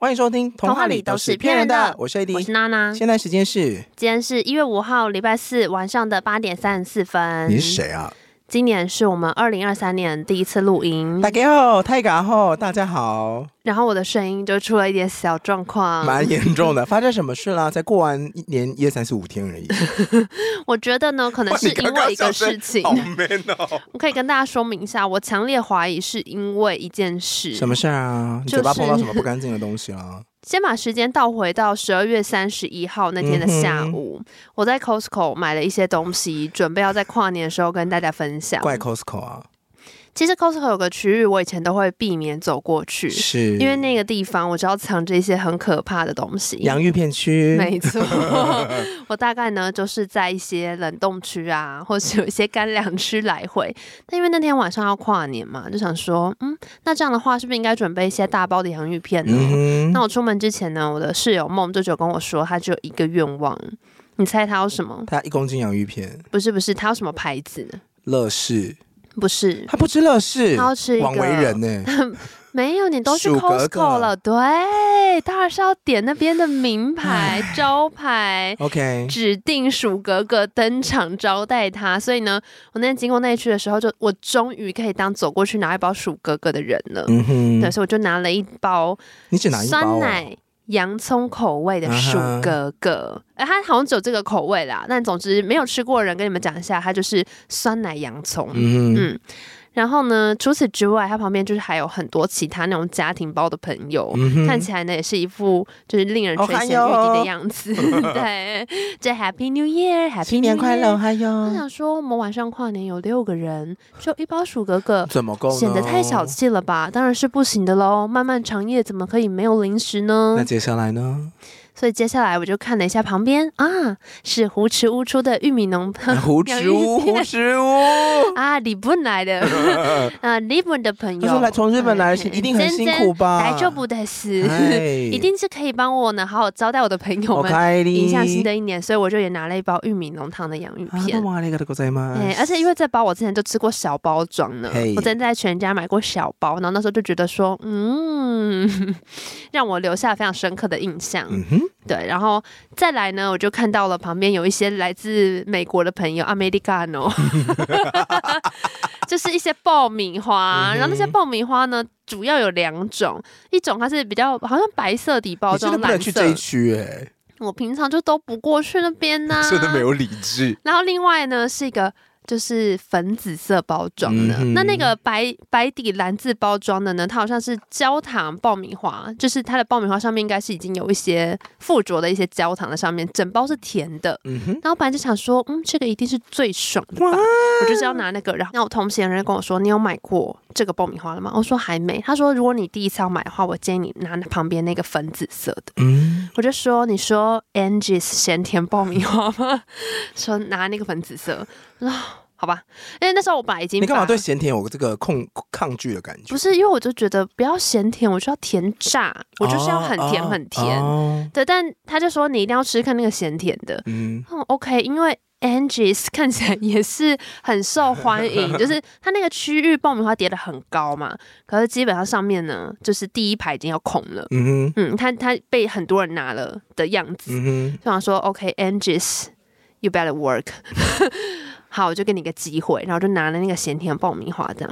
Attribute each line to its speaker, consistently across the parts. Speaker 1: 欢迎收听《
Speaker 2: 童话里都是骗人的
Speaker 1: 我是 AD，
Speaker 2: 我是娜娜，
Speaker 1: 现在时间是
Speaker 2: 今天是一月五号，礼拜四晚上的八点三十四分。
Speaker 1: 你是？谁啊？
Speaker 2: 今年是我们二零二三年第一次录音
Speaker 1: 大，家好，泰嘎后，大家好，
Speaker 2: 然后我的声音就出了一点小状况。
Speaker 1: 蛮严重的，发生什么事啦？才过完一年一二三四五天而已，
Speaker 2: 我觉得呢，可能
Speaker 1: 哇
Speaker 2: 是
Speaker 1: 你
Speaker 2: 因
Speaker 1: 刚刚
Speaker 2: 为一
Speaker 1: 笑
Speaker 2: 个
Speaker 1: 声
Speaker 2: 事情，
Speaker 1: 好 man 哦！
Speaker 2: 我可以跟大家说明一下，我强烈怀疑是因为一件事。
Speaker 1: 什么？事儿啊？你
Speaker 2: 就
Speaker 1: 嘴巴碰到
Speaker 2: 是
Speaker 1: 什么不干净的东西啦？
Speaker 2: 先把时间倒回到十二月三十一号那天的下午，
Speaker 1: 嗯
Speaker 2: 我在 Costco 买了一些东西，准备要在跨年的时候跟大家分享。
Speaker 1: 怪 Costco 啊，
Speaker 2: 其实 Costco 有个区域，我以前都会避免走过去，
Speaker 1: 是
Speaker 2: 因为那个地方我知道藏着一些很可怕的东西。
Speaker 1: 洋芋片区，
Speaker 2: 没错，我大概呢就是在一些冷冻区啊，或是有一些干粮区来回。但因为那天晚上要跨年嘛，就想说，嗯，那这样的话是不是应该准备一些大包的洋芋片呢？
Speaker 1: 嗯
Speaker 2: 那
Speaker 1: 哼，
Speaker 2: 我出门之前呢，我的室友梦就只有跟我说，他只有一个愿望。你猜他有什么？
Speaker 1: 他一公斤洋芋片，
Speaker 2: 不是不是，他有什么牌子？
Speaker 1: 乐事，
Speaker 2: 不是，
Speaker 1: 他不吃乐事，
Speaker 2: 嗯他要吃一个
Speaker 1: 枉为人 呢。
Speaker 2: 没有，你都去
Speaker 1: 薯格格
Speaker 2: Costco 了，对，当然是要点那边的名牌招牌。
Speaker 1: OK，
Speaker 2: 指定鼠格格登场招待他，所以呢，我那天经过那一区的时候就，我终于可以当走过去拿一包鼠格格的人了。
Speaker 1: 嗯哼
Speaker 2: 对，，所以我就拿了一包
Speaker 1: 你只拿一包啊
Speaker 2: 酸奶洋葱口味的鼠格格，哎、它好像只有这个口味啦。但总之没有吃过的人跟你们讲一下，它就是酸奶洋葱。
Speaker 1: 嗯哼，
Speaker 2: 嗯然后呢，除此之外，它旁边就是还有很多其他那种家庭包的朋友。
Speaker 1: 嗯哼
Speaker 2: 看起来呢，也是一副就是令人
Speaker 1: 哦
Speaker 2: 垂涎
Speaker 1: 嗨
Speaker 2: 欲
Speaker 1: 哟
Speaker 2: 滴的 样子。对，这 Happy New Year，Happy
Speaker 1: 新年快乐，！还
Speaker 2: 我
Speaker 1: 有，
Speaker 2: 想说，我们晚上跨年有六个人，就一包薯格格
Speaker 1: 怎 么够呢？
Speaker 2: 显得太小气了吧？当然是不行的喽。漫漫长夜怎么可以没有零食
Speaker 1: 那
Speaker 2: 呢？
Speaker 1: 接下来 呢？
Speaker 2: 所以接下来我就看了一下旁边啊，是胡吃乌出的玉米浓
Speaker 1: 胡
Speaker 2: 洋
Speaker 1: 植
Speaker 2: 芋
Speaker 1: 物，
Speaker 2: 片
Speaker 1: 胡植 物。
Speaker 2: 啊，日本 来的啊，日本的朋友，
Speaker 1: 他说来从日本来是一定很辛苦吧？
Speaker 2: 哎来就不得死。 一
Speaker 1: 一
Speaker 2: 定是可以帮我呢，好好招待我的朋友
Speaker 1: 我
Speaker 2: 们，
Speaker 1: 哎开
Speaker 2: 迎
Speaker 1: 你
Speaker 2: 向新的一年，所以我就也拿了一包玉米浓汤的洋芋
Speaker 1: 啊，
Speaker 2: 片
Speaker 1: どう。もありがとうございます
Speaker 2: 哎、而且因为这包我之前就吃过小包装呢
Speaker 1: 嘿
Speaker 2: 我之前在全家买过小包，然后那时候就觉得说，嗯， 让我留下非常深刻的印象。
Speaker 1: 嗯哼，
Speaker 2: 对，然后再来呢，我就看到了旁边有一些来自美国的朋友，Americano，就是一些爆米花、
Speaker 1: 嗯
Speaker 2: 然后那些爆米花呢，主要有两种，一种它是比较好像白色底包
Speaker 1: 你真的
Speaker 2: 装，
Speaker 1: 不能
Speaker 2: 蓝
Speaker 1: 去
Speaker 2: 色
Speaker 1: 这一区哎，
Speaker 2: 我平常就都不过去那边 呐、
Speaker 1: 有理智。
Speaker 2: 然后另外呢是一个就是粉紫色包装的，
Speaker 1: 嗯哼
Speaker 2: 那那个白白底蓝字包装的呢，它好像是焦糖爆米花，就是它的爆米花上面应该是已经有一些附着的一些焦糖在上面，整包是甜的。
Speaker 1: 嗯哼，
Speaker 2: 然后本来就想说，嗯，这个一定是最爽的吧，
Speaker 1: 哇
Speaker 2: 我就是要拿那个。然后，那我同行人就跟我说，你有买过这个爆米花了吗？我说还没。他说，如果你第一次要买的话，我建议你拿旁边那个粉紫色的。
Speaker 1: 嗯，
Speaker 2: 我就说：“你说 Angie's 咸甜爆米花吗？” 说拿那个粉紫色。我说：“好吧。”因为那时候我本来已经
Speaker 1: 你干嘛
Speaker 2: 把
Speaker 1: 对咸甜有这个控抗拒的感觉？
Speaker 2: 不是因为我就觉得不要咸甜，我就要甜炸，我就是要很甜
Speaker 1: 哦
Speaker 2: 很甜。
Speaker 1: 哦
Speaker 2: 对，但他就说你一定要吃看那个咸甜的。
Speaker 1: 嗯，
Speaker 2: 嗯，OK，因为 Angie's 看起来也是很受欢 迎，就是它那个区域爆米花叠的很高嘛，可是基本上上面呢，就是第一排已经要空了。
Speaker 1: 嗯哼，
Speaker 2: 嗯，它它被很多人拿了的样子。
Speaker 1: 嗯
Speaker 2: 就想说 OK，Angie's，you、better work 。 好，我就给你一个机会，然后就拿了那个咸甜爆米花，这样。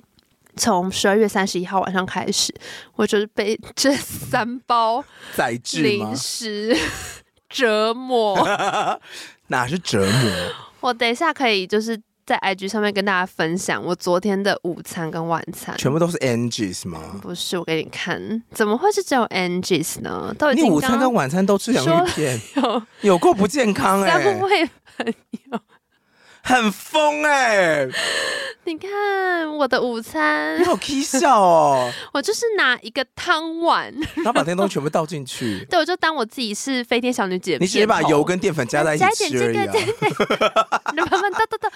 Speaker 2: 从十二月三十一号晚上开始，我就是被这三包
Speaker 1: 哼，宰制吗
Speaker 2: 零？食 折磨。
Speaker 1: 哪是折磨？
Speaker 2: 我等一下可以就是在 IG 上面跟大家分享我昨天的午餐跟晚餐。
Speaker 1: 全部都是 NGs 吗？
Speaker 2: 不是，我给你看，怎么会是只有 NGs 呢？都已
Speaker 1: 你
Speaker 2: 经
Speaker 1: 午餐
Speaker 2: 刚
Speaker 1: 跟晚餐都吃洋芋片，
Speaker 2: 有
Speaker 1: 有够不健康哎、
Speaker 2: 三位朋友，
Speaker 1: 很疯哎、
Speaker 2: 你看我的午餐
Speaker 1: 你，好 k 笑 哦，
Speaker 2: 我就是拿一个汤碗，
Speaker 1: 然后把那些东西全部倒进去，
Speaker 2: 对，我就当我自己是飞天小女姐的
Speaker 1: 你
Speaker 2: 片头。
Speaker 1: 只是把油跟淀粉加在一起
Speaker 2: 加一点
Speaker 1: 吃
Speaker 2: 这
Speaker 1: 而
Speaker 2: 个，
Speaker 1: 已、
Speaker 2: 加
Speaker 1: 啊
Speaker 2: 一。点， 然后慢慢倒倒 倒，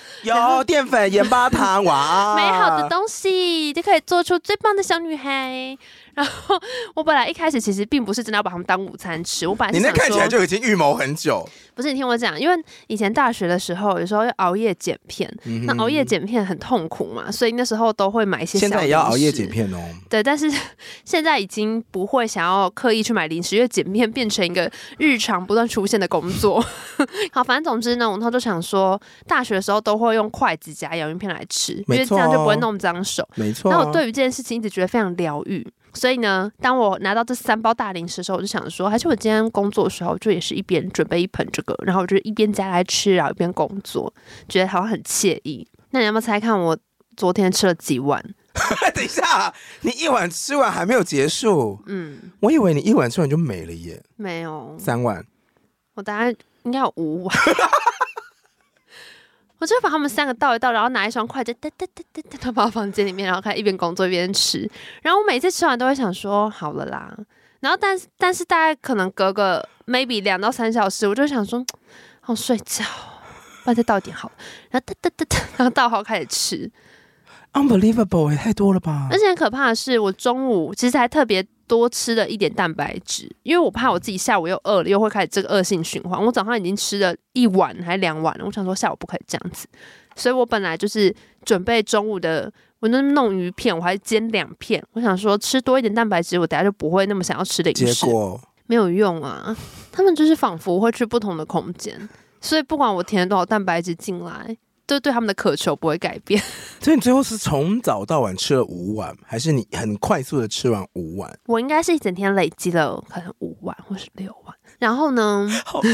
Speaker 1: 有淀粉、盐巴、糖，哇，
Speaker 2: 美好的东西就可以做出最棒的小女孩。然后我本来一开始其实并不是真的要把它们当午餐吃，我本来是
Speaker 1: 你那
Speaker 2: 想
Speaker 1: 看起来
Speaker 2: 说
Speaker 1: 就已经预谋很久，
Speaker 2: 不是你听我讲，因为以前大学的时候有时候要熬夜剪片，
Speaker 1: 嗯
Speaker 2: 那
Speaker 1: 哼
Speaker 2: 熬夜剪片很痛苦嘛，所以那时候都会买一些。
Speaker 1: 现在也要熬夜剪。片哦。
Speaker 2: 对，但是 现在已经不会想要刻意去买零食，因为剪片变成一个日常不断出现的工作。 好，反正总之呢，我那时候就想说，大学的时候都会用筷子夹洋芋片来吃，因为
Speaker 1: 没
Speaker 2: 这
Speaker 1: 错
Speaker 2: 样就不会
Speaker 1: 哦
Speaker 2: 弄脏手。
Speaker 1: 没错、
Speaker 2: 然
Speaker 1: 啊，
Speaker 2: 后我对于这件事情一直觉得非常疗愈。所以呢，当我拿到这三包大零食的时候，我就想说，还是我今天工作的时候，就也是一边准备一盆这个，然后我就一边夹来吃，然后一边工作，觉得好像很惬意。那你要不要猜看我昨天吃了几碗？
Speaker 1: 等一下，你一碗吃完还没有结束，
Speaker 2: 嗯，
Speaker 1: 我以为你一碗吃完就没了耶，
Speaker 2: 没有，
Speaker 1: 三碗。
Speaker 2: 我大概应该有五碗。 我就把他们三个倒一倒，然后拿一双筷子，哒哒哒哒哒，放到房间里面，然后开始一边工作一边吃。然后我每次吃完都会想说，好了啦。然后但是但是大概可能隔个 maybe 两到三小时，我就想说，好睡觉，不然再倒一点好了。然后哒哒哒哒，然后倒好开始吃。
Speaker 1: Unbelievable，也太欸多了吧
Speaker 2: 而！且很可怕的是，我中午其实还特别多吃了一点蛋白质，因为我怕我自己下午又饿了，又会开始这个恶性循环。我早上已经吃了一碗还两碗了，我想说下午不可以这样子，所以我本来就是准备中午的。我那弄鱼片，我还煎两片。我想说吃多一点蛋白质，我等下就不会那么想要吃零
Speaker 1: 结
Speaker 2: 食。
Speaker 1: 果
Speaker 2: 没有用啊，他们就是仿佛会去不同的空间，所以不管我填了多少蛋白质进来，都对他们的渴求不会改变。
Speaker 1: 所以你最后是从早到晚吃了五碗，还是你很快速的吃完五碗？
Speaker 2: 我应该是一整天累积了可能五万或是六万。然 后呢，
Speaker 1: 好多，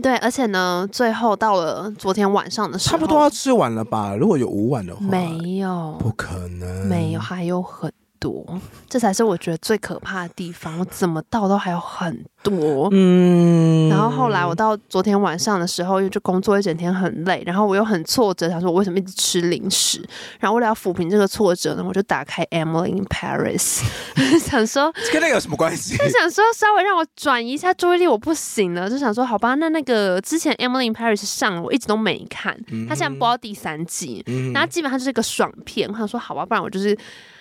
Speaker 2: 对，而且呢，最后到了昨天晚上的时候，
Speaker 1: 差不多要吃完了吧？如果有五碗的话，
Speaker 2: 没有，
Speaker 1: 不可能，
Speaker 2: 没有，。还有很多，这才是我觉得最可怕的地方。我怎么到都还有很多。
Speaker 1: 嗯
Speaker 2: 然后后来我到昨天晚上的时候，又就工作一整天很累，然后我又很挫折，想说我为什么一直吃零食？然后为了要抚平这个挫折呢，我就打开《Emily in Paris》，想说
Speaker 1: 跟那个有什么关 系？
Speaker 2: 就想说稍微让我转移一下注意力，我不行了，就想说好吧，那那个之前《Emily in Paris》上了，我一直都没看，它现在播到第三季，
Speaker 1: 嗯
Speaker 2: 然后基本上就是个爽片。我想说好吧，不然我就是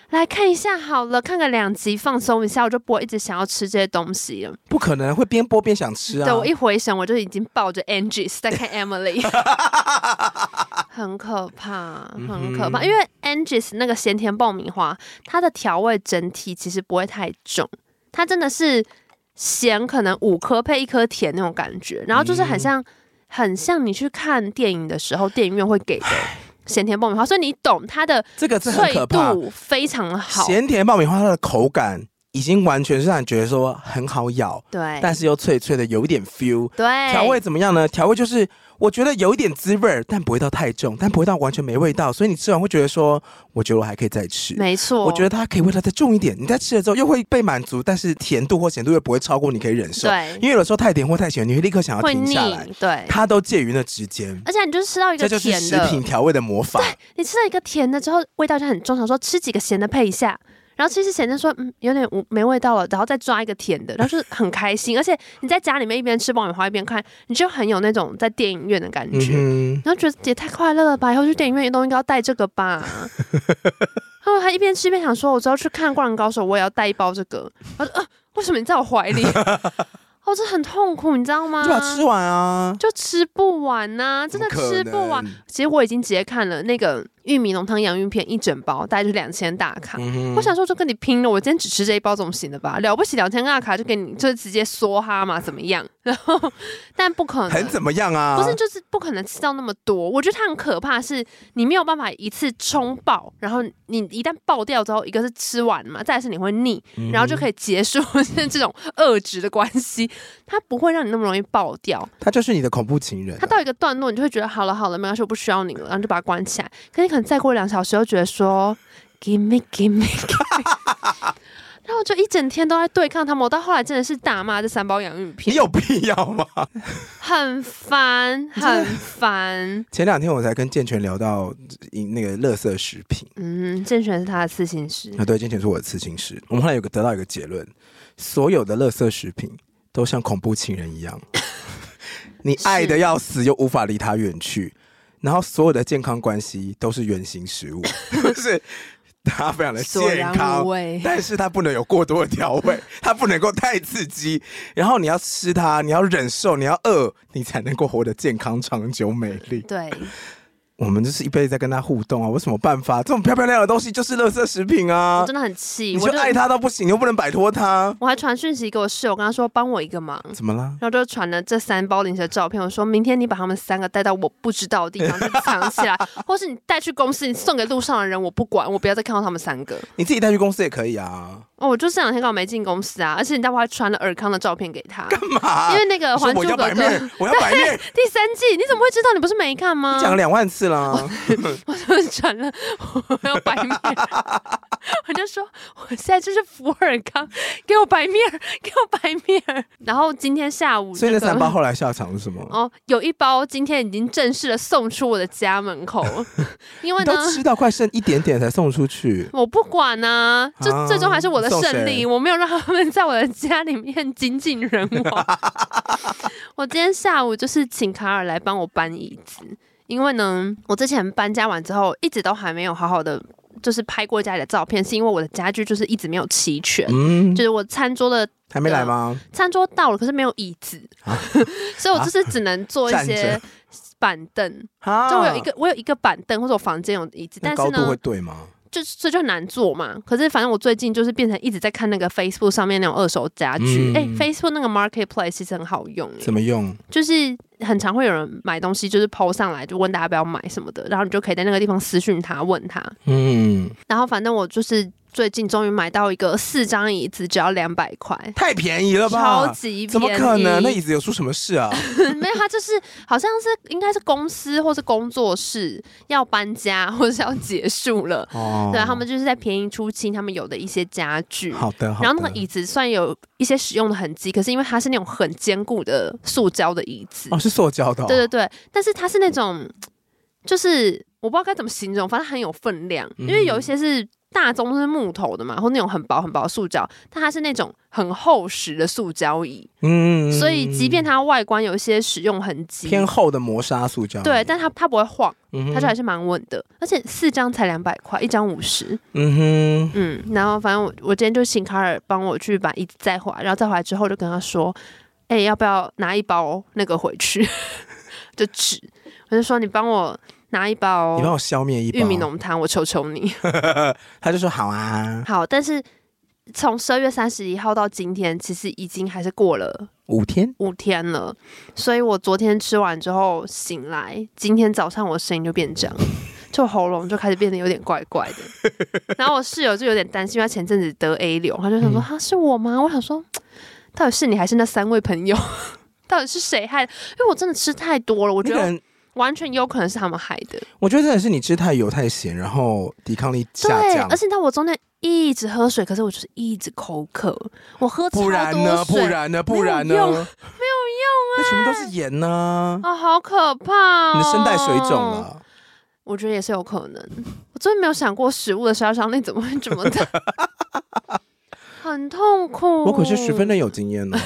Speaker 2: 来看一下好了，看个两集放松一下，我就不会一直想要吃这些东西了。
Speaker 1: 不可能会边播边想吃啊！
Speaker 2: 对我一回神，我就已经抱着 Angie 在看 Emily，很可怕，
Speaker 1: 嗯
Speaker 2: 很可怕。因为 Angie 那个咸甜爆米花，它的调味整体其实不会太重，它真的是咸，可能五颗配一颗甜那种感觉，然后就是
Speaker 1: 嗯
Speaker 2: 很像，很像你去看电影的时候，电影院会给的咸甜爆米花，所以你懂它的
Speaker 1: 这个是很
Speaker 2: 脆
Speaker 1: 可怕。
Speaker 2: 度非常好，
Speaker 1: 咸甜爆米花它的口感已经完全是让你觉得说很好咬，
Speaker 2: 对，
Speaker 1: 但是又脆脆的，有一点 feel。
Speaker 2: 对
Speaker 1: 调味怎么样呢？调味就是我觉得有一点滋味儿，但不会到太重，但不会到完全没味道，所以你吃完会觉得说，我觉得我还可以再吃。
Speaker 2: 没错，
Speaker 1: 我觉得它可以味道再重一点，你在吃了之后又会被满足，但是甜度或咸度又不会超过你可以忍受。
Speaker 2: 对
Speaker 1: 因为有的时候太甜或太咸，你会立刻想要
Speaker 2: 会
Speaker 1: 停
Speaker 2: 腻
Speaker 1: 下来，，
Speaker 2: 对。
Speaker 1: 它都介于那之间。
Speaker 2: 而且你就是吃到一
Speaker 1: 这
Speaker 2: 个
Speaker 1: 就是
Speaker 2: 甜
Speaker 1: 食
Speaker 2: 的，
Speaker 1: 品调味的魔法。
Speaker 2: 你吃了一个甜的之后，味道就很重，想说吃几个咸的配一下。然后吃吃咸的说，嗯，有点无没味道了，然后再抓一个甜的，然后就是很开心。而且你在家里面一边吃爆米花一边看，你就很有那种在电影院的感觉，
Speaker 1: 嗯哼，
Speaker 2: 然后觉得也太快乐了吧！以后去电影院都应该要带这个吧。然后他一边吃一边想说，我只要去看《灌篮高手》，我也要带一包这个。我说，啊，为什么你在我 怀里？哦，这很痛苦，你知道吗？
Speaker 1: 就把它吃完啊。
Speaker 2: 就吃不完呐、真的
Speaker 1: 怎么可
Speaker 2: 吃不完
Speaker 1: 能。
Speaker 2: 其实我已经直接看了那个，因玉米浓汤洋芋片一整包，大概就两千大卡。
Speaker 1: 嗯哼
Speaker 2: 我想说，就跟你拼了！我今天只吃这一包总行了吧？了不起，两千大卡就给你，就是直接梭哈嘛，怎么样？然后，但不可能，
Speaker 1: 很怎么样啊？
Speaker 2: 不是，就是不可能吃到那么多。我觉得它很可怕，是你没有办法一次冲爆，然后你一旦爆掉之后，一个是吃完嘛，再来是你会腻，
Speaker 1: 嗯
Speaker 2: 然后就可以结束 是这种恶质的关系。它不会让你那么容易爆掉。
Speaker 1: 他就是你的恐怖情人啊、
Speaker 2: 它到一个段落，你就会觉得好了好了，没关系，我不需要你了，然后就把它关起来。可你可能再过两小时，又觉得说 give me give me give me，然后我就一整天都在对抗他们。我到后来真的是大骂这三包洋芋
Speaker 1: 你
Speaker 2: 片，
Speaker 1: 有必要吗？
Speaker 2: 很烦很烦。
Speaker 1: 前两天我才跟健全聊到呃那个垃圾食品，
Speaker 2: 嗯，健全是他的刺青师
Speaker 1: 啊，对，健全是我的刺青师。我们后来有个得到一个结论：所有的垃圾食品都像恐怖情人一样， 你爱的要死，又无法离他远去。然后所有的健康关系都是原型食 物，就是它非常的
Speaker 2: 索
Speaker 1: 健
Speaker 2: 然
Speaker 1: 康
Speaker 2: 无，味。
Speaker 1: 但是它不能有过多的调味， 它不能够太刺激。然后你要吃它，你要忍受，你要饿，你才能够活得健康、长久、美丽。
Speaker 2: 对，
Speaker 1: 我们就是一辈子在跟他互动啊，有什么办法？这种漂漂亮亮的东西就是垃圾食品啊
Speaker 2: 我哦真。的很气，
Speaker 1: 你
Speaker 2: 我
Speaker 1: 就
Speaker 2: 就
Speaker 1: 爱他到不行，你又不能摆脱他，
Speaker 2: 我还传讯息给我室友，跟他说帮我一个忙。
Speaker 1: 怎么啦？
Speaker 2: 然后就传了这三包零食的照片，我说明天你把他们三个带到我不知道的地方去藏 起来，或是你带去公司，你送给路上的人，我不管，我不要再看到他们三个。
Speaker 1: 你自己带去公司也可以啊。
Speaker 2: 哦，我就这两天刚好没进公司啊，而且你知道我还传了尔康的照片给他，
Speaker 1: 干嘛？
Speaker 2: 因为那个《
Speaker 1: 说
Speaker 2: 还珠
Speaker 1: 我要
Speaker 2: 格格
Speaker 1: 白》面，我要白 面，
Speaker 2: 第三季，你怎么会知道？你不是没看吗？
Speaker 1: 讲了两万次啦。
Speaker 2: 哦我就转了，我要白面 儿，我就说我现在就是福尔康，给我白面儿，给我白面儿。然后今天下 午、
Speaker 1: 所
Speaker 2: 这
Speaker 1: 以
Speaker 2: 个，
Speaker 1: 那三包后来下场是什么？
Speaker 2: 哦，有一包今天已经正式的送出我的家门口， 因为
Speaker 1: 你
Speaker 2: 呢。
Speaker 1: 都吃到快剩一点点才送出去，
Speaker 2: 我不管呐、啊，
Speaker 1: 啊
Speaker 2: 就最终还是我的胜
Speaker 1: 送谁
Speaker 2: 利，我没有让他们在我的家里面精尽人 亡。我今天下午就是请卡尔来帮我搬椅子，因为呢，我之前搬家完之后，一直都还没有好好的就是拍过家里的照片，是因为我的家具就是一直没有齐全。
Speaker 1: 嗯
Speaker 2: 就，是我餐桌的
Speaker 1: 还没来吗？
Speaker 2: 餐桌到了，可是没有椅子， 所以我就是只能做一
Speaker 1: 啊站
Speaker 2: 些
Speaker 1: 着
Speaker 2: 板凳。
Speaker 1: 啊
Speaker 2: 就我有一，个，我有一个板凳，或者我房间有椅子，
Speaker 1: 那
Speaker 2: 但
Speaker 1: 高
Speaker 2: 是
Speaker 1: 度
Speaker 2: 呢
Speaker 1: 会，对吗？
Speaker 2: 就是这就很难做嘛。可是反正我最近就是变成一直在看那个 Facebook 上面那种二手家具，
Speaker 1: 嗯
Speaker 2: 哎、f a c e b o o k 那个 Marketplace 其实很好用，欸
Speaker 1: 怎么用？
Speaker 2: 就是很常会有人买东西，就是 PO 上来就问大家不要买什么的，然后你就可以在那个地方私讯他问他。
Speaker 1: 嗯，
Speaker 2: 然后反正我就是最近终于买到一个四张椅子，只要两百块。
Speaker 1: 太便宜了吧？
Speaker 2: 超级便宜，
Speaker 1: 怎么可能？那椅子有出什么事啊？
Speaker 2: 没有，他就是好像是应该是公司或是工作室要搬家，或是要结束了，
Speaker 1: 哦
Speaker 2: 对，他们就是在便宜出清他们有的一些家具。
Speaker 1: 好的，好的
Speaker 2: 然后那个椅子算有一些使用的痕迹，可是因为它是那种很坚固的塑胶的椅子，
Speaker 1: 哦是塑胶的哦，
Speaker 2: 对对对，但是它是那种就是我不知道该怎么形容，反正很有分量，
Speaker 1: 嗯
Speaker 2: 因为有一些是。大宗是木头的嘛，或那种很薄很薄的塑胶，但它是那种很厚实的塑胶椅，
Speaker 1: 嗯
Speaker 2: 所以即便它外观有一些使用痕迹，
Speaker 1: 偏厚的磨砂塑胶，
Speaker 2: 对，但它它不会晃，
Speaker 1: 嗯哼
Speaker 2: 它就还是蛮稳的。而且四张才两百块，一张五十，
Speaker 1: 嗯哼，
Speaker 2: 嗯。然后反正我我今天就请卡尔帮我去把椅子载回来，然后载回来之后就跟他说，哎、要不要拿一包那个回去 的纸？我就说你帮我拿一
Speaker 1: 你帮
Speaker 2: 包
Speaker 1: 我消灭一包
Speaker 2: 玉米浓汤，我求求你。
Speaker 1: 他就说好啊，
Speaker 2: 好，但是从十二月三十一号到今天，其实已经还是过了。
Speaker 1: 五天，
Speaker 2: 五天了，所以我昨天吃完之后醒来，今天早上我声音就变这样，就喉咙就开始变得有点怪怪 的。然后我室友就有点担心，因为他前阵子得 A 流，他就
Speaker 1: 嗯
Speaker 2: 想说：“哈、是我吗？”我想说，到底是你还是那三位朋友？ 到底是谁害的？因为我真的吃太多了，我
Speaker 1: 我
Speaker 2: 觉
Speaker 1: 那个
Speaker 2: 得
Speaker 1: 人
Speaker 2: 完全有可能是他们害的。
Speaker 1: 我觉得真的是你吃太油太咸，然后抵抗力下
Speaker 2: 对，
Speaker 1: 降
Speaker 2: 而。且你知道我中间一直喝水，可是我就是一直口渴，我喝超
Speaker 1: 不
Speaker 2: 多
Speaker 1: 然呢？不
Speaker 2: 水
Speaker 1: 然呢？不然呢？
Speaker 2: 没有用
Speaker 1: 那全部都是盐呢、
Speaker 2: 啊、好可怕、哦！
Speaker 1: 你的声带水肿。了，
Speaker 2: 我觉得也是有可能。我真的没有想过食物的杀伤力怎么会这么大，很 很痛苦。
Speaker 1: 我可是十分的有经验哦。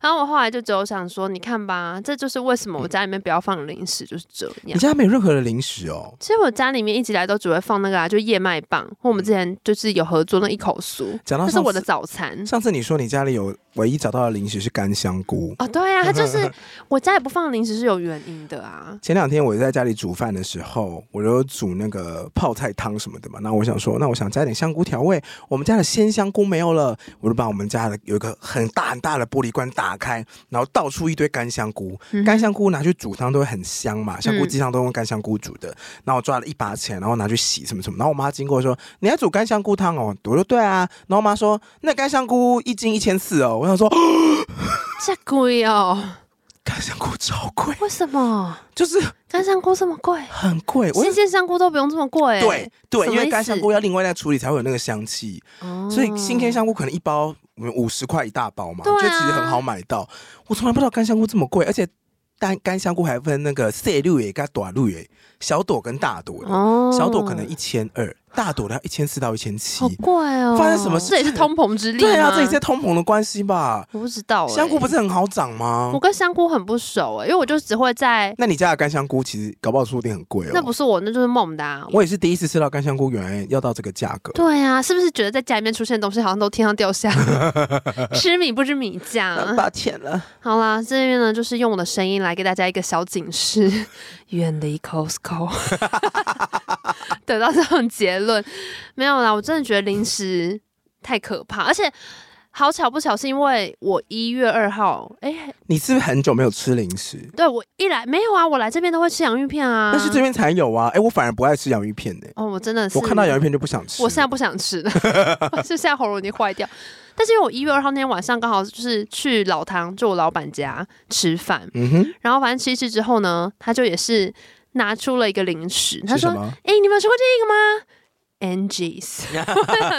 Speaker 2: 然后我后来就只有想说，你看吧，这就是为什么我家里面不要放零食，就是这
Speaker 1: 嗯你
Speaker 2: 样。
Speaker 1: 家没有任何的零食哦，
Speaker 2: 其实我家里面一直以来都只会放那个啊，就燕麦棒，或我们之前就是有合作那一口酥，
Speaker 1: 嗯讲到
Speaker 2: 这是
Speaker 1: 上
Speaker 2: 我的
Speaker 1: 次
Speaker 2: 早餐。
Speaker 1: 上次你说你家里有唯一找到的零食是干香菇。
Speaker 2: 哦，对啊，它就是 我家也不放零食是有原因的啊。
Speaker 1: 前两天我在家里煮饭的时候，我就煮那个泡菜汤什么的嘛。那我想说，那我想加点香菇调味。我们家的鲜香菇没有了，我就把我们家的有一个很大很大的玻璃罐打开，然后倒出一堆干香菇。
Speaker 2: 嗯
Speaker 1: 干香菇拿去煮汤都会很香嘛，香菇鸡汤都用干香菇煮的。然后我抓了一把钱，然后拿去洗什么什么。然后我妈经过说：“你要煮干香菇汤哦？”我说：“对啊。”然后我妈说：“那干香菇一斤一千四哦。”我想说，
Speaker 2: 这贵哦，
Speaker 1: 干香菇超贵，
Speaker 2: 为什么
Speaker 1: 就是
Speaker 2: 干香菇这么贵？
Speaker 1: 很贵。我
Speaker 2: 新鲜香菇都不用这么贵、
Speaker 1: 对，对，
Speaker 2: 什
Speaker 1: 因
Speaker 2: 么
Speaker 1: 为
Speaker 2: 意
Speaker 1: 干香
Speaker 2: 思
Speaker 1: 菇要另外再处理才会有那个香气，
Speaker 2: 哦
Speaker 1: 所以新鲜香菇可能一包我们五十块一大包嘛，
Speaker 2: 对啊
Speaker 1: 就其实很好买到。我从来不知道干香菇这么贵，而且干干香菇还分那个色绿叶跟短绿叶，小朵跟大朵的。
Speaker 2: 哦
Speaker 1: 小朵可能一千二，大朵的要一千四到一千七
Speaker 2: 好。贵哦，
Speaker 1: 发生什么事
Speaker 2: 这也是通膨之力
Speaker 1: 对啊，
Speaker 2: 吗
Speaker 1: 这也是通膨的关系吧？
Speaker 2: 我不知道、欸。
Speaker 1: 香菇不是很好长吗
Speaker 2: 我？跟香菇很不熟、欸，因为我就只会在
Speaker 1: 那你家的干香菇其实搞不好说不定很贵哦。
Speaker 2: 那不是我，那就是孟达、啊。
Speaker 1: 我也是第一次吃到干香菇，原来要到这个价格。
Speaker 2: 对啊，是不是觉得在家里面出现的东西好像都天上掉下来？ 吃米不知米价。
Speaker 1: 抱歉了。
Speaker 2: 好啦，这边呢就是用我的声音来给大家一个小警示： 远离 Costco。得到这种结论，没有啦，我真的觉得零食太可怕，而且好巧不巧是因为我一月二号，哎、
Speaker 1: 你是不是很久没有吃零食？
Speaker 2: 对我一来没有啊，我来这边都会吃洋芋片啊。
Speaker 1: 但是这边才有啊！哎、我反而不爱吃洋芋片呢、
Speaker 2: 哦，我真的是
Speaker 1: 我看到洋芋片就不想吃。
Speaker 2: 我现在不想吃 了，是现在喉咙已经坏掉。但是因为我一月二号那天晚上刚好就是去老唐，就我老板家吃饭，
Speaker 1: 嗯哼，
Speaker 2: 然后反正吃一吃之后呢，他就也是拿出了一个零食，他
Speaker 1: 是
Speaker 2: 说
Speaker 1: 什：“么？
Speaker 2: 哎、你们有吃过这个吗？”Angie's，我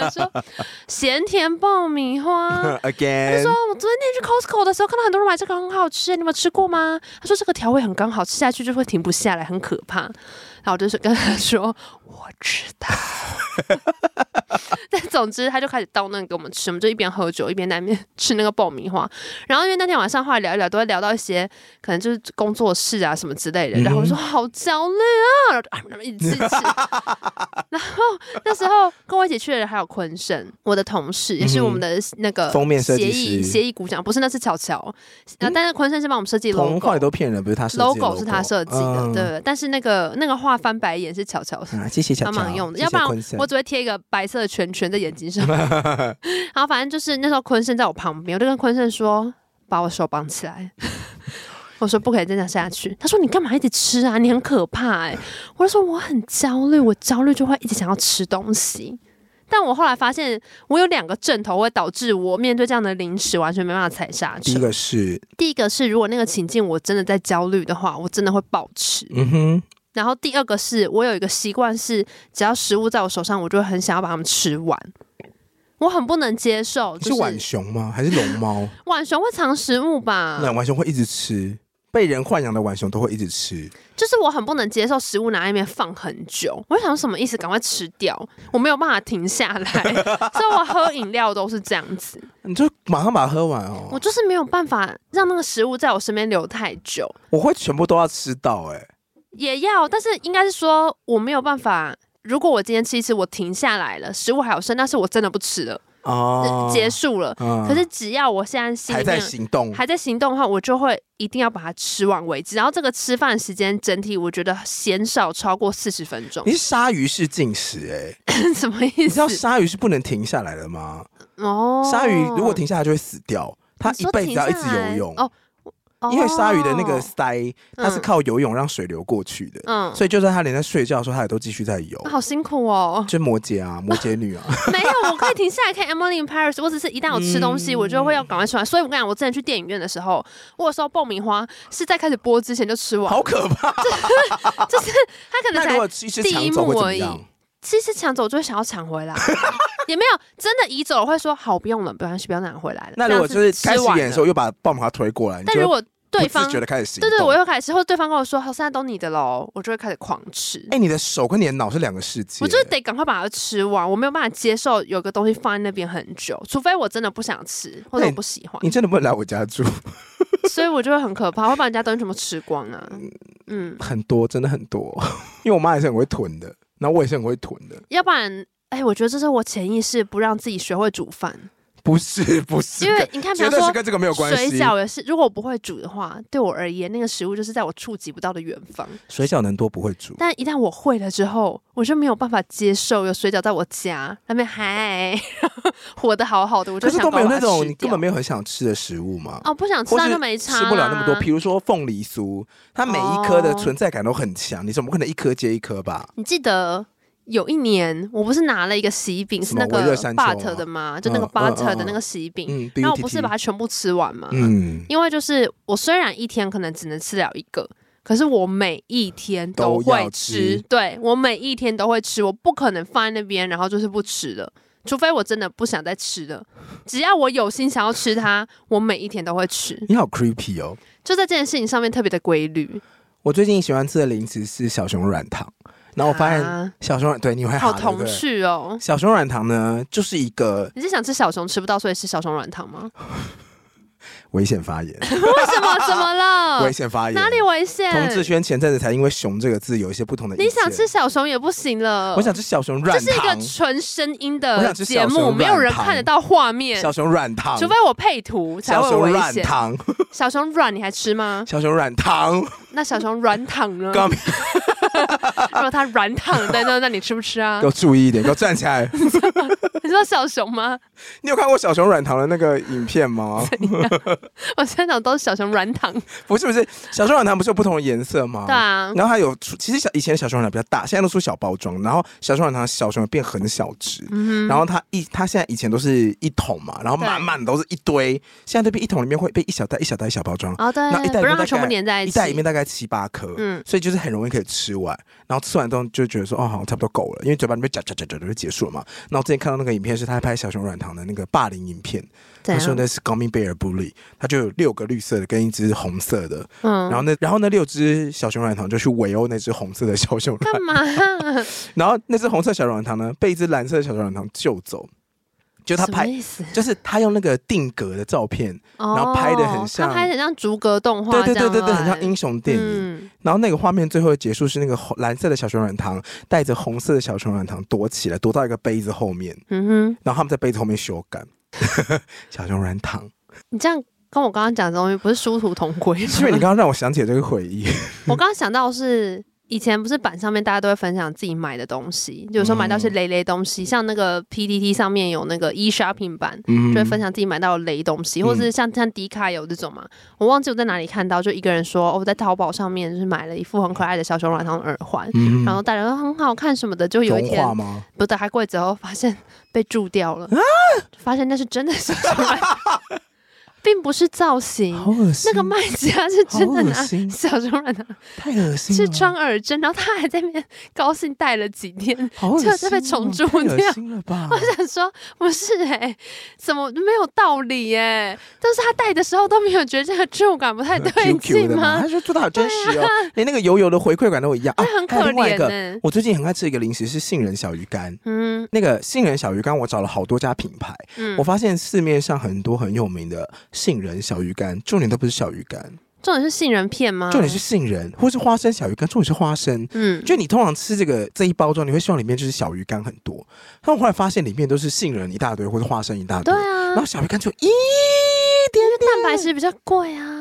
Speaker 2: 想说咸甜爆米花。嗯他就
Speaker 1: again，
Speaker 2: 说：“我昨天去 Costco 的时候，看到很多人买这个，很好吃，你们有吃过吗？”他说：“这个调味很刚好，吃下去就会停不下来，很可怕。”然后我就是跟他说：“我知道。” 但总之，他就开始倒那个给我们吃，我们就一边喝酒一边在那边吃那个爆米花。然后因为那天晚上后来聊一聊，都会聊到一些可能就是工作室啊什么之类的。
Speaker 1: 嗯哼
Speaker 2: 然后我说：“好焦虑啊！”然后就啊那么一直 吃。然后那时候跟我一起去的人还有坤盛，我的同事，也是我们的那个
Speaker 1: 封面设计
Speaker 2: 呃协议
Speaker 1: 师
Speaker 2: 协议鼓掌，不是那是巧巧，啊，但是坤盛是帮我们设计
Speaker 1: 童话
Speaker 2: logo
Speaker 1: 也。都骗人，不是他设计的
Speaker 2: logo 是他设计的，
Speaker 1: 嗯
Speaker 2: 对，但是那个那个画翻白眼是巧巧
Speaker 1: 啊，谢谢小
Speaker 2: 帮忙用的，要不然我只会贴一个白色的圈圈在眼 睛上。然后反正就是那时候坤盛在我旁边，我就跟坤盛说：“把我手绑起来。” 我说：“不可以再这样下去。”他说：“你干嘛一直吃啊？你很可怕哎、我就说：“我很焦虑，我焦虑就会一直想要吃东西。”但我后来发现，我有两个症头会导致我面对这样的零食完全没办法踩刹
Speaker 1: 第一
Speaker 2: 车。
Speaker 1: 个是，
Speaker 2: 第一个是，如果那个情境我真的在焦虑的话，我真的会暴吃。
Speaker 1: 嗯哼，
Speaker 2: 然后第二个是我有一个习惯是，只要食物在我手上，我就会很想要把它们吃完。我很不能接受，
Speaker 1: 你
Speaker 2: 就是
Speaker 1: 是浣熊吗？还是 龙猫？
Speaker 2: 浣熊会藏食物吧
Speaker 1: 那？浣熊会一直吃，被人豢养的浣熊都会一直吃。
Speaker 2: 就是我很不能接受食物拿在那边放很久，我就想什么意思？赶快吃掉，我没有办法停下来， 所以我喝饮料都是这样子，
Speaker 1: 你就马上把它喝完
Speaker 2: 我
Speaker 1: 哦，
Speaker 2: 就是没有办法让那个食物在我身边留太久，
Speaker 1: 我会全部都要吃到哎、
Speaker 2: 也要，但是应该是说我没有办法。如果我今天吃一次，我停下来了，食物还有剩，但是我真的不吃了，
Speaker 1: 哦，
Speaker 2: 呃结束了，
Speaker 1: 嗯
Speaker 2: 可是只要我现在心
Speaker 1: 还
Speaker 2: 里
Speaker 1: 在
Speaker 2: 面
Speaker 1: 行动，
Speaker 2: 还在行动的话，我就会一定要把它吃完为止。然后这个吃饭时间整体我觉得鲜少超过四十分钟
Speaker 1: 你，是鲨鱼式进食哎、
Speaker 2: 什么意
Speaker 1: 你知道
Speaker 2: 思？
Speaker 1: 鲨鱼是不能停下来的吗？
Speaker 2: 哦，
Speaker 1: 鲨鱼如果停下来就会死掉，它
Speaker 2: 你
Speaker 1: 一
Speaker 2: 说
Speaker 1: 辈子
Speaker 2: 停
Speaker 1: 要一
Speaker 2: 下
Speaker 1: 直游
Speaker 2: 来
Speaker 1: 泳。
Speaker 2: 哦，哦
Speaker 1: 因为鲨鱼的那个鳃，它是
Speaker 2: 嗯
Speaker 1: 靠游泳让水流过去的，
Speaker 2: 嗯，
Speaker 1: 所以就算它连在睡觉的时候，它也都继续在游。，
Speaker 2: 好辛苦哦
Speaker 1: 就摩羯啊，摩羯女啊，
Speaker 2: 没有，我可以停下来看《Emily in Paris》，我只是一旦我吃东西，
Speaker 1: 嗯
Speaker 2: 我就会要赶快吃完。所以我跟你讲，我之前去电影院的时候，我有时候爆米花是在开始播之前就吃完，
Speaker 1: 好可怕！
Speaker 2: 就是他可能
Speaker 1: 那
Speaker 2: 才
Speaker 1: 如果一只
Speaker 2: 第
Speaker 1: 抢
Speaker 2: 一
Speaker 1: 走会
Speaker 2: 幕
Speaker 1: 怎
Speaker 2: 而
Speaker 1: 么
Speaker 2: 已
Speaker 1: 样？
Speaker 2: 其实抢走就会想要抢回来， 也没有真的移走了会说好不用了，没关系，不要拿回来了。
Speaker 1: 那如果
Speaker 2: 这
Speaker 1: 就
Speaker 2: 样
Speaker 1: 是
Speaker 2: 子
Speaker 1: 开始
Speaker 2: 吃完
Speaker 1: 演的时候
Speaker 2: 了，
Speaker 1: 又把爆米花推过来，你
Speaker 2: 但如
Speaker 1: 就
Speaker 2: 果对
Speaker 1: 不
Speaker 2: 方
Speaker 1: 自觉的开始行
Speaker 2: 对
Speaker 1: 动。
Speaker 2: 对，我又开始，或者对方跟我说好，现在都你的喽，我就会开始狂吃。
Speaker 1: 哎、你的手跟你的脑是两个世界。
Speaker 2: 我就是得赶快把它吃完，我没有办法接受有个东西放在那边很久，除非我真的不想吃或
Speaker 1: 那
Speaker 2: 者我
Speaker 1: 你
Speaker 2: 不喜欢，
Speaker 1: 你真的不能来我家住，
Speaker 2: 所以我就会很可怕，会把人家东西全部吃光啊。嗯，
Speaker 1: 很多真的很多， 因为我妈也是很会囤的，然后我也是很会囤的。
Speaker 2: 要不然，哎、我觉得这是我潜意识不让自己学会煮饭，
Speaker 1: 不是不是，
Speaker 2: 因为你看，比
Speaker 1: 绝
Speaker 2: 方
Speaker 1: 对是
Speaker 2: 说
Speaker 1: 跟这个没有关
Speaker 2: 水
Speaker 1: 系。
Speaker 2: 饺也是，如果我不会煮的话，对我而言，那个食物就是在我触及不到的远方。
Speaker 1: 水饺能多不会煮，
Speaker 2: 但一旦我会了之后，我就没有办法接受有水饺在我家那边嗨， 活得好好的，我就
Speaker 1: 可是
Speaker 2: 想
Speaker 1: 都没有那种你
Speaker 2: 你
Speaker 1: 根本没有很想吃的食物嘛。
Speaker 2: 哦，不想吃
Speaker 1: 或
Speaker 2: 那
Speaker 1: 是
Speaker 2: 就没差啦，啊
Speaker 1: 吃不了那么多，比如说凤梨酥，它每一颗的
Speaker 2: 哦
Speaker 1: 存在感都很强，你怎么可能一颗接一颗吧？
Speaker 2: 你记得有一年，我不是拿了一个喜饼，是
Speaker 1: 什么
Speaker 2: 那个
Speaker 1: 微热山丘啊
Speaker 2: butter 的吗？就那
Speaker 1: 嗯
Speaker 2: 个
Speaker 1: 嗯嗯
Speaker 2: butter 的
Speaker 1: 嗯
Speaker 2: 哦那个喜饼，
Speaker 1: 嗯，
Speaker 2: 然后
Speaker 1: BUTT
Speaker 2: 我不是把它全部吃完吗？
Speaker 1: 嗯
Speaker 2: 因为就是我虽然一天可能只能吃了一个，可是我每一天
Speaker 1: 都
Speaker 2: 会
Speaker 1: 要
Speaker 2: 吃
Speaker 1: 吃，
Speaker 2: 对我每一天都会吃，我不可能放在那边然后就是不吃的。除非我真的不想再吃了，只要我有心想要吃它，我每一天都会吃。
Speaker 1: 你好 creepy 哦。
Speaker 2: 就在这件事情上面特别的规律。
Speaker 1: 我最近喜欢吃的零食是小熊软糖，然后我发现
Speaker 2: 啊
Speaker 1: 小熊软对你会
Speaker 2: 好
Speaker 1: 哈
Speaker 2: 童。
Speaker 1: 对不对
Speaker 2: 趣哦！
Speaker 1: 小熊软糖呢，就是一个
Speaker 2: 你是想吃小熊吃不到，所以吃小熊软糖 吗？
Speaker 1: 危险发 言，
Speaker 2: 为什么？怎么了
Speaker 1: 危？险发言。
Speaker 2: 哦哪里？危险？
Speaker 1: 童志轩前阵子才因为“熊”这个字有一些不同的意见。
Speaker 2: 你想吃小熊也不行了。
Speaker 1: 我想吃小熊软
Speaker 2: 这
Speaker 1: 糖，
Speaker 2: 是一个纯声音
Speaker 1: 我
Speaker 2: 的
Speaker 1: 想吃
Speaker 2: 节
Speaker 1: 小熊
Speaker 2: 目，
Speaker 1: 软
Speaker 2: 没有人
Speaker 1: 糖
Speaker 2: 看得到画面，
Speaker 1: 小熊软糖，
Speaker 2: 除非我配图才
Speaker 1: 小
Speaker 2: 会
Speaker 1: 熊
Speaker 2: 危
Speaker 1: 软
Speaker 2: 险。
Speaker 1: 糖，
Speaker 2: 小熊软你还吃吗？
Speaker 1: 小熊软糖，
Speaker 2: 那小熊软糖呢？
Speaker 1: 刚
Speaker 2: 如果它软糖在那，那你吃不吃啊
Speaker 1: 给？我注意一点，给我站起 来。
Speaker 2: 你知道小熊吗？
Speaker 1: 你有看过小熊软糖的那个影片吗？
Speaker 2: 我现在讲都是小熊软糖。
Speaker 1: 不是不是，小熊软糖不是有不同的颜色吗？
Speaker 2: 对啊，
Speaker 1: 然后它有出，其实小以前的小熊软糖比较大，现在都出小包装。然后小熊软糖小熊变很小只，
Speaker 2: 嗯
Speaker 1: 然后它一它现在以前都是一桶嘛，然后
Speaker 2: 对
Speaker 1: 满满都是一堆，现在这边一桶里面会被一小袋一小袋一小包装，
Speaker 2: 哼，哦
Speaker 1: 然后一袋里面
Speaker 2: 对，不让
Speaker 1: 大
Speaker 2: 它全部
Speaker 1: 概
Speaker 2: 粘在
Speaker 1: 一
Speaker 2: 一起。
Speaker 1: 袋里面大概七八颗，
Speaker 2: 嗯
Speaker 1: 所以就是很容易可以吃完。然后吃完之后就觉得说，哦，好，差不多够了，因为嘴巴里面嚼嚼嚼嚼嚼就结束了嘛。然后之前看到那个影片是他拍小熊软糖的那个霸凌影片，他
Speaker 2: 怎样
Speaker 1: 说那是高明贝尔布利，他就有六个绿色的跟一只红色的，
Speaker 2: 嗯
Speaker 1: 然后那然后那六只小熊软糖就去围殴那只红色的小熊软
Speaker 2: 干 嘛？
Speaker 1: 然后那只红色小熊软糖呢被一只蓝色的小熊软糖救走，就他
Speaker 2: 什么
Speaker 1: 拍。
Speaker 2: 意思？
Speaker 1: 就是他用那个定格的照片，
Speaker 2: 然
Speaker 1: 后拍得很像
Speaker 2: 他哦拍得很像逐格动画，
Speaker 1: 对对对对对，很像英
Speaker 2: 雄
Speaker 1: 雄电影。
Speaker 2: 哦嗯、
Speaker 1: 然后那个画面最后的结束是那个红蓝色的小熊软糖带着红色的小熊软糖躲起来，躲到一个杯子后面，
Speaker 2: 嗯哼，
Speaker 1: 然后他们在杯子后面修改。 小熊软糖，
Speaker 2: 你这样跟我刚刚讲的东西不是殊途同归吗？
Speaker 1: 是因为你刚刚让我想起了这个回忆，
Speaker 2: 我刚刚想到是。以前不是板上面大家都会分享自己买的东西，有时候买到一些雷雷东西，像那个 PTT 上面有那个 e shopping 版，
Speaker 1: 嗯
Speaker 2: 就会分享自己买到的雷东西，或是像像迪卡有这种嘛，我忘记我在哪里看到，就一个人说、哦、我在淘宝上面就是买了一副很可爱的小熊软糖耳环，
Speaker 1: 嗯
Speaker 2: 然后大家都说很好看什么的，就有一
Speaker 1: 融
Speaker 2: 天
Speaker 1: 化吗？啊
Speaker 2: 不打开柜子后，哦发现被蛀掉了，发现那是真的小熊软糖，并不是造型。
Speaker 1: 好恶心，
Speaker 2: 嗯那个卖家是真的拿
Speaker 1: 好恶心
Speaker 2: 小熊软糖
Speaker 1: 太恶心了，
Speaker 2: 去装耳针， 然后他还在那边高兴戴了几 天。
Speaker 1: 好恶心哦，
Speaker 2: 这被虫蛀
Speaker 1: 太恶
Speaker 2: 掉
Speaker 1: 心了吧？
Speaker 2: 我想说，不是哎、怎么没有道理哎、但是他戴的时候都没有觉得这个触感不太 对
Speaker 1: Q Q
Speaker 2: 劲
Speaker 1: 的吗？
Speaker 2: 吗
Speaker 1: 他？说做的好真实哦，连那个油油的回馈感都一样啊
Speaker 2: 那，很
Speaker 1: 还有
Speaker 2: 可
Speaker 1: 另外一
Speaker 2: 怜呢、
Speaker 1: 个，我最近很爱吃一个零食是杏仁小鱼干，
Speaker 2: 嗯
Speaker 1: 那个杏仁小鱼干我找了好多家品牌。
Speaker 2: 嗯
Speaker 1: 我，发现市面上很多很有名的杏仁小鱼干，重点都不是小鱼干，
Speaker 2: 重点是杏仁片吗？
Speaker 1: 重点是杏仁，或是花生小鱼干，重点是花生。
Speaker 2: 嗯，
Speaker 1: 就你通常吃这个这一包装，你会希望里面就是小鱼干很多，但我后来发现里面都是杏仁一大堆，或者花生一大堆，
Speaker 2: 对啊
Speaker 1: 然后，小鱼干就一点点。
Speaker 2: 蛋白质比较贵啊。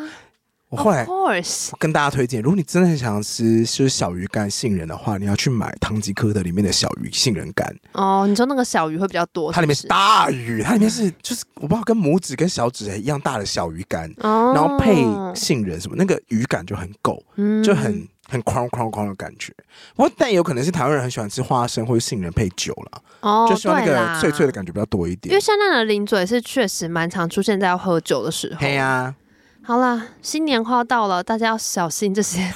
Speaker 1: 我 后来
Speaker 2: of course，
Speaker 1: 跟大家推荐，如果你真的很想吃就是小鱼干杏仁的话，你要去买唐吉诃德里面的小鱼杏仁干，
Speaker 2: 哦，你说那个小鱼会比较多，
Speaker 1: 它里面
Speaker 2: 是
Speaker 1: 是大鱼，它里面是就是我不知道跟拇指跟小指一样大的小鱼干。
Speaker 2: 不是，哦
Speaker 1: 然后配杏仁什么，那个鱼感就很够，
Speaker 2: 嗯
Speaker 1: 就很很哐哐哐的感觉。不过但也有可能是台湾人很喜欢吃花生或者杏仁配酒啦，
Speaker 2: 哦，
Speaker 1: 就希望那
Speaker 2: 对
Speaker 1: 个
Speaker 2: 啦
Speaker 1: 脆脆的。感觉比较多一
Speaker 2: 因为
Speaker 1: 点。
Speaker 2: 像那的零嘴是确实蛮常出现在要喝酒的时候。
Speaker 1: 嘿呀、
Speaker 2: 好啦，新年快要到了，大家要小心这 些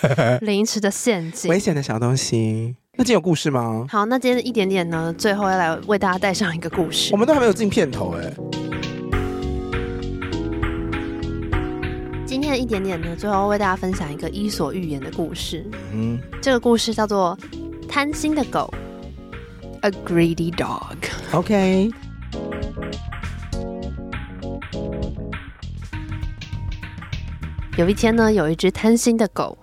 Speaker 2: 零食的陷阱
Speaker 1: 危。险的小东西。那今天有故事吗？
Speaker 2: 好，那今天的一点点呢，最后要来为大家带上一个故事
Speaker 1: 我。们都还没有进片头哎、
Speaker 2: 今天天的一点点呢，最后为大家分享一个《伊索寓言》的故事。
Speaker 1: 嗯，
Speaker 2: 这个故事叫做《贪心的狗》，A Greedy Dog。
Speaker 1: OK，
Speaker 2: 有一天呢，有一只贪心的狗，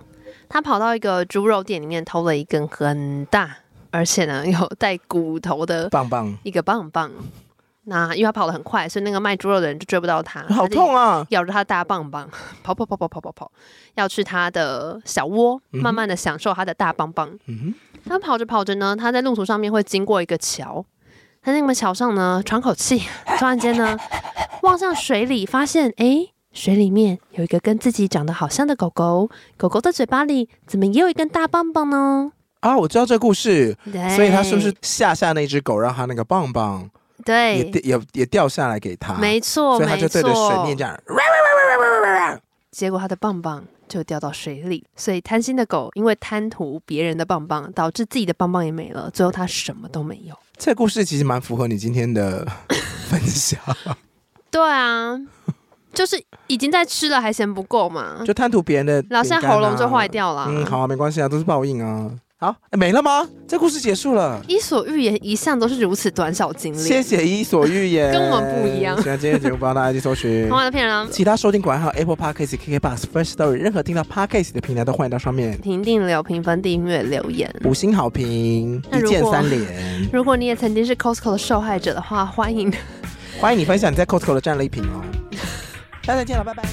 Speaker 2: 它跑到一个猪肉店里面偷了一根很大，而且呢有带骨头的
Speaker 1: 棒棒，
Speaker 2: 一个棒棒。那因为它跑得很快，所以那个卖猪肉的人就追不到它，
Speaker 1: 好
Speaker 2: 它就
Speaker 1: 痛 啊！
Speaker 2: 咬着它的大棒棒，跑跑跑跑跑跑跑，要去它的小窝，
Speaker 1: 嗯哼
Speaker 2: 慢慢的享受它的大棒棒。
Speaker 1: 嗯
Speaker 2: 它跑着跑着呢，它在路途上面会经过一个桥，它在那个桥上呢喘口 气，突然间呢望向水里，发现诶，水里面有一个跟自己长得好像的狗狗，狗狗的嘴巴里怎么也有一根大棒棒呢？
Speaker 1: 啊，我知道这个故事，
Speaker 2: 对
Speaker 1: 所以他是不是吓吓那只狗，让它那个棒棒也
Speaker 2: 对？
Speaker 1: 掉也也掉下来给它？
Speaker 2: 没错，
Speaker 1: 所以他
Speaker 2: 没
Speaker 1: 就
Speaker 2: 错。
Speaker 1: 对着水面这样，哇哇哇哇哇哇哇哇
Speaker 2: 结果它的棒棒就掉到水里，所以贪心的狗因为贪图别人的棒棒，导致自己的棒棒也没了，最后它什么都没有。
Speaker 1: 这故事其实蛮符合你今天的 分享，
Speaker 2: 对啊，就是已经在吃了还嫌不够嘛，
Speaker 1: 就贪图别人的、 啊
Speaker 2: 老像喉咙就坏。掉了。
Speaker 1: 嗯，好、啊，没关系啊，都是报应啊。好，哎没了吗？这故事结束了。
Speaker 2: 伊索寓言一向都是如此短小精
Speaker 1: 谢
Speaker 2: 炼，
Speaker 1: 谢《伊索寓言》，
Speaker 2: 跟我们不一样
Speaker 1: 喜欢今天的节目，帮大家去搜寻
Speaker 2: 童。话的骗人啊。
Speaker 1: 其他收听管道 Apple Podcast、KK Bus、First Story，任何听到 Podcast 的平台都欢迎到上面
Speaker 2: 评定留评分、订阅、留言。
Speaker 1: 五星好评，
Speaker 2: 那
Speaker 1: 一
Speaker 2: 如果
Speaker 1: 键三连。
Speaker 2: 如果你也曾经是 Costco 的受害者的话，欢迎
Speaker 1: 欢迎你分享你在 Costco 的战利品哦。大家再见了，拜拜。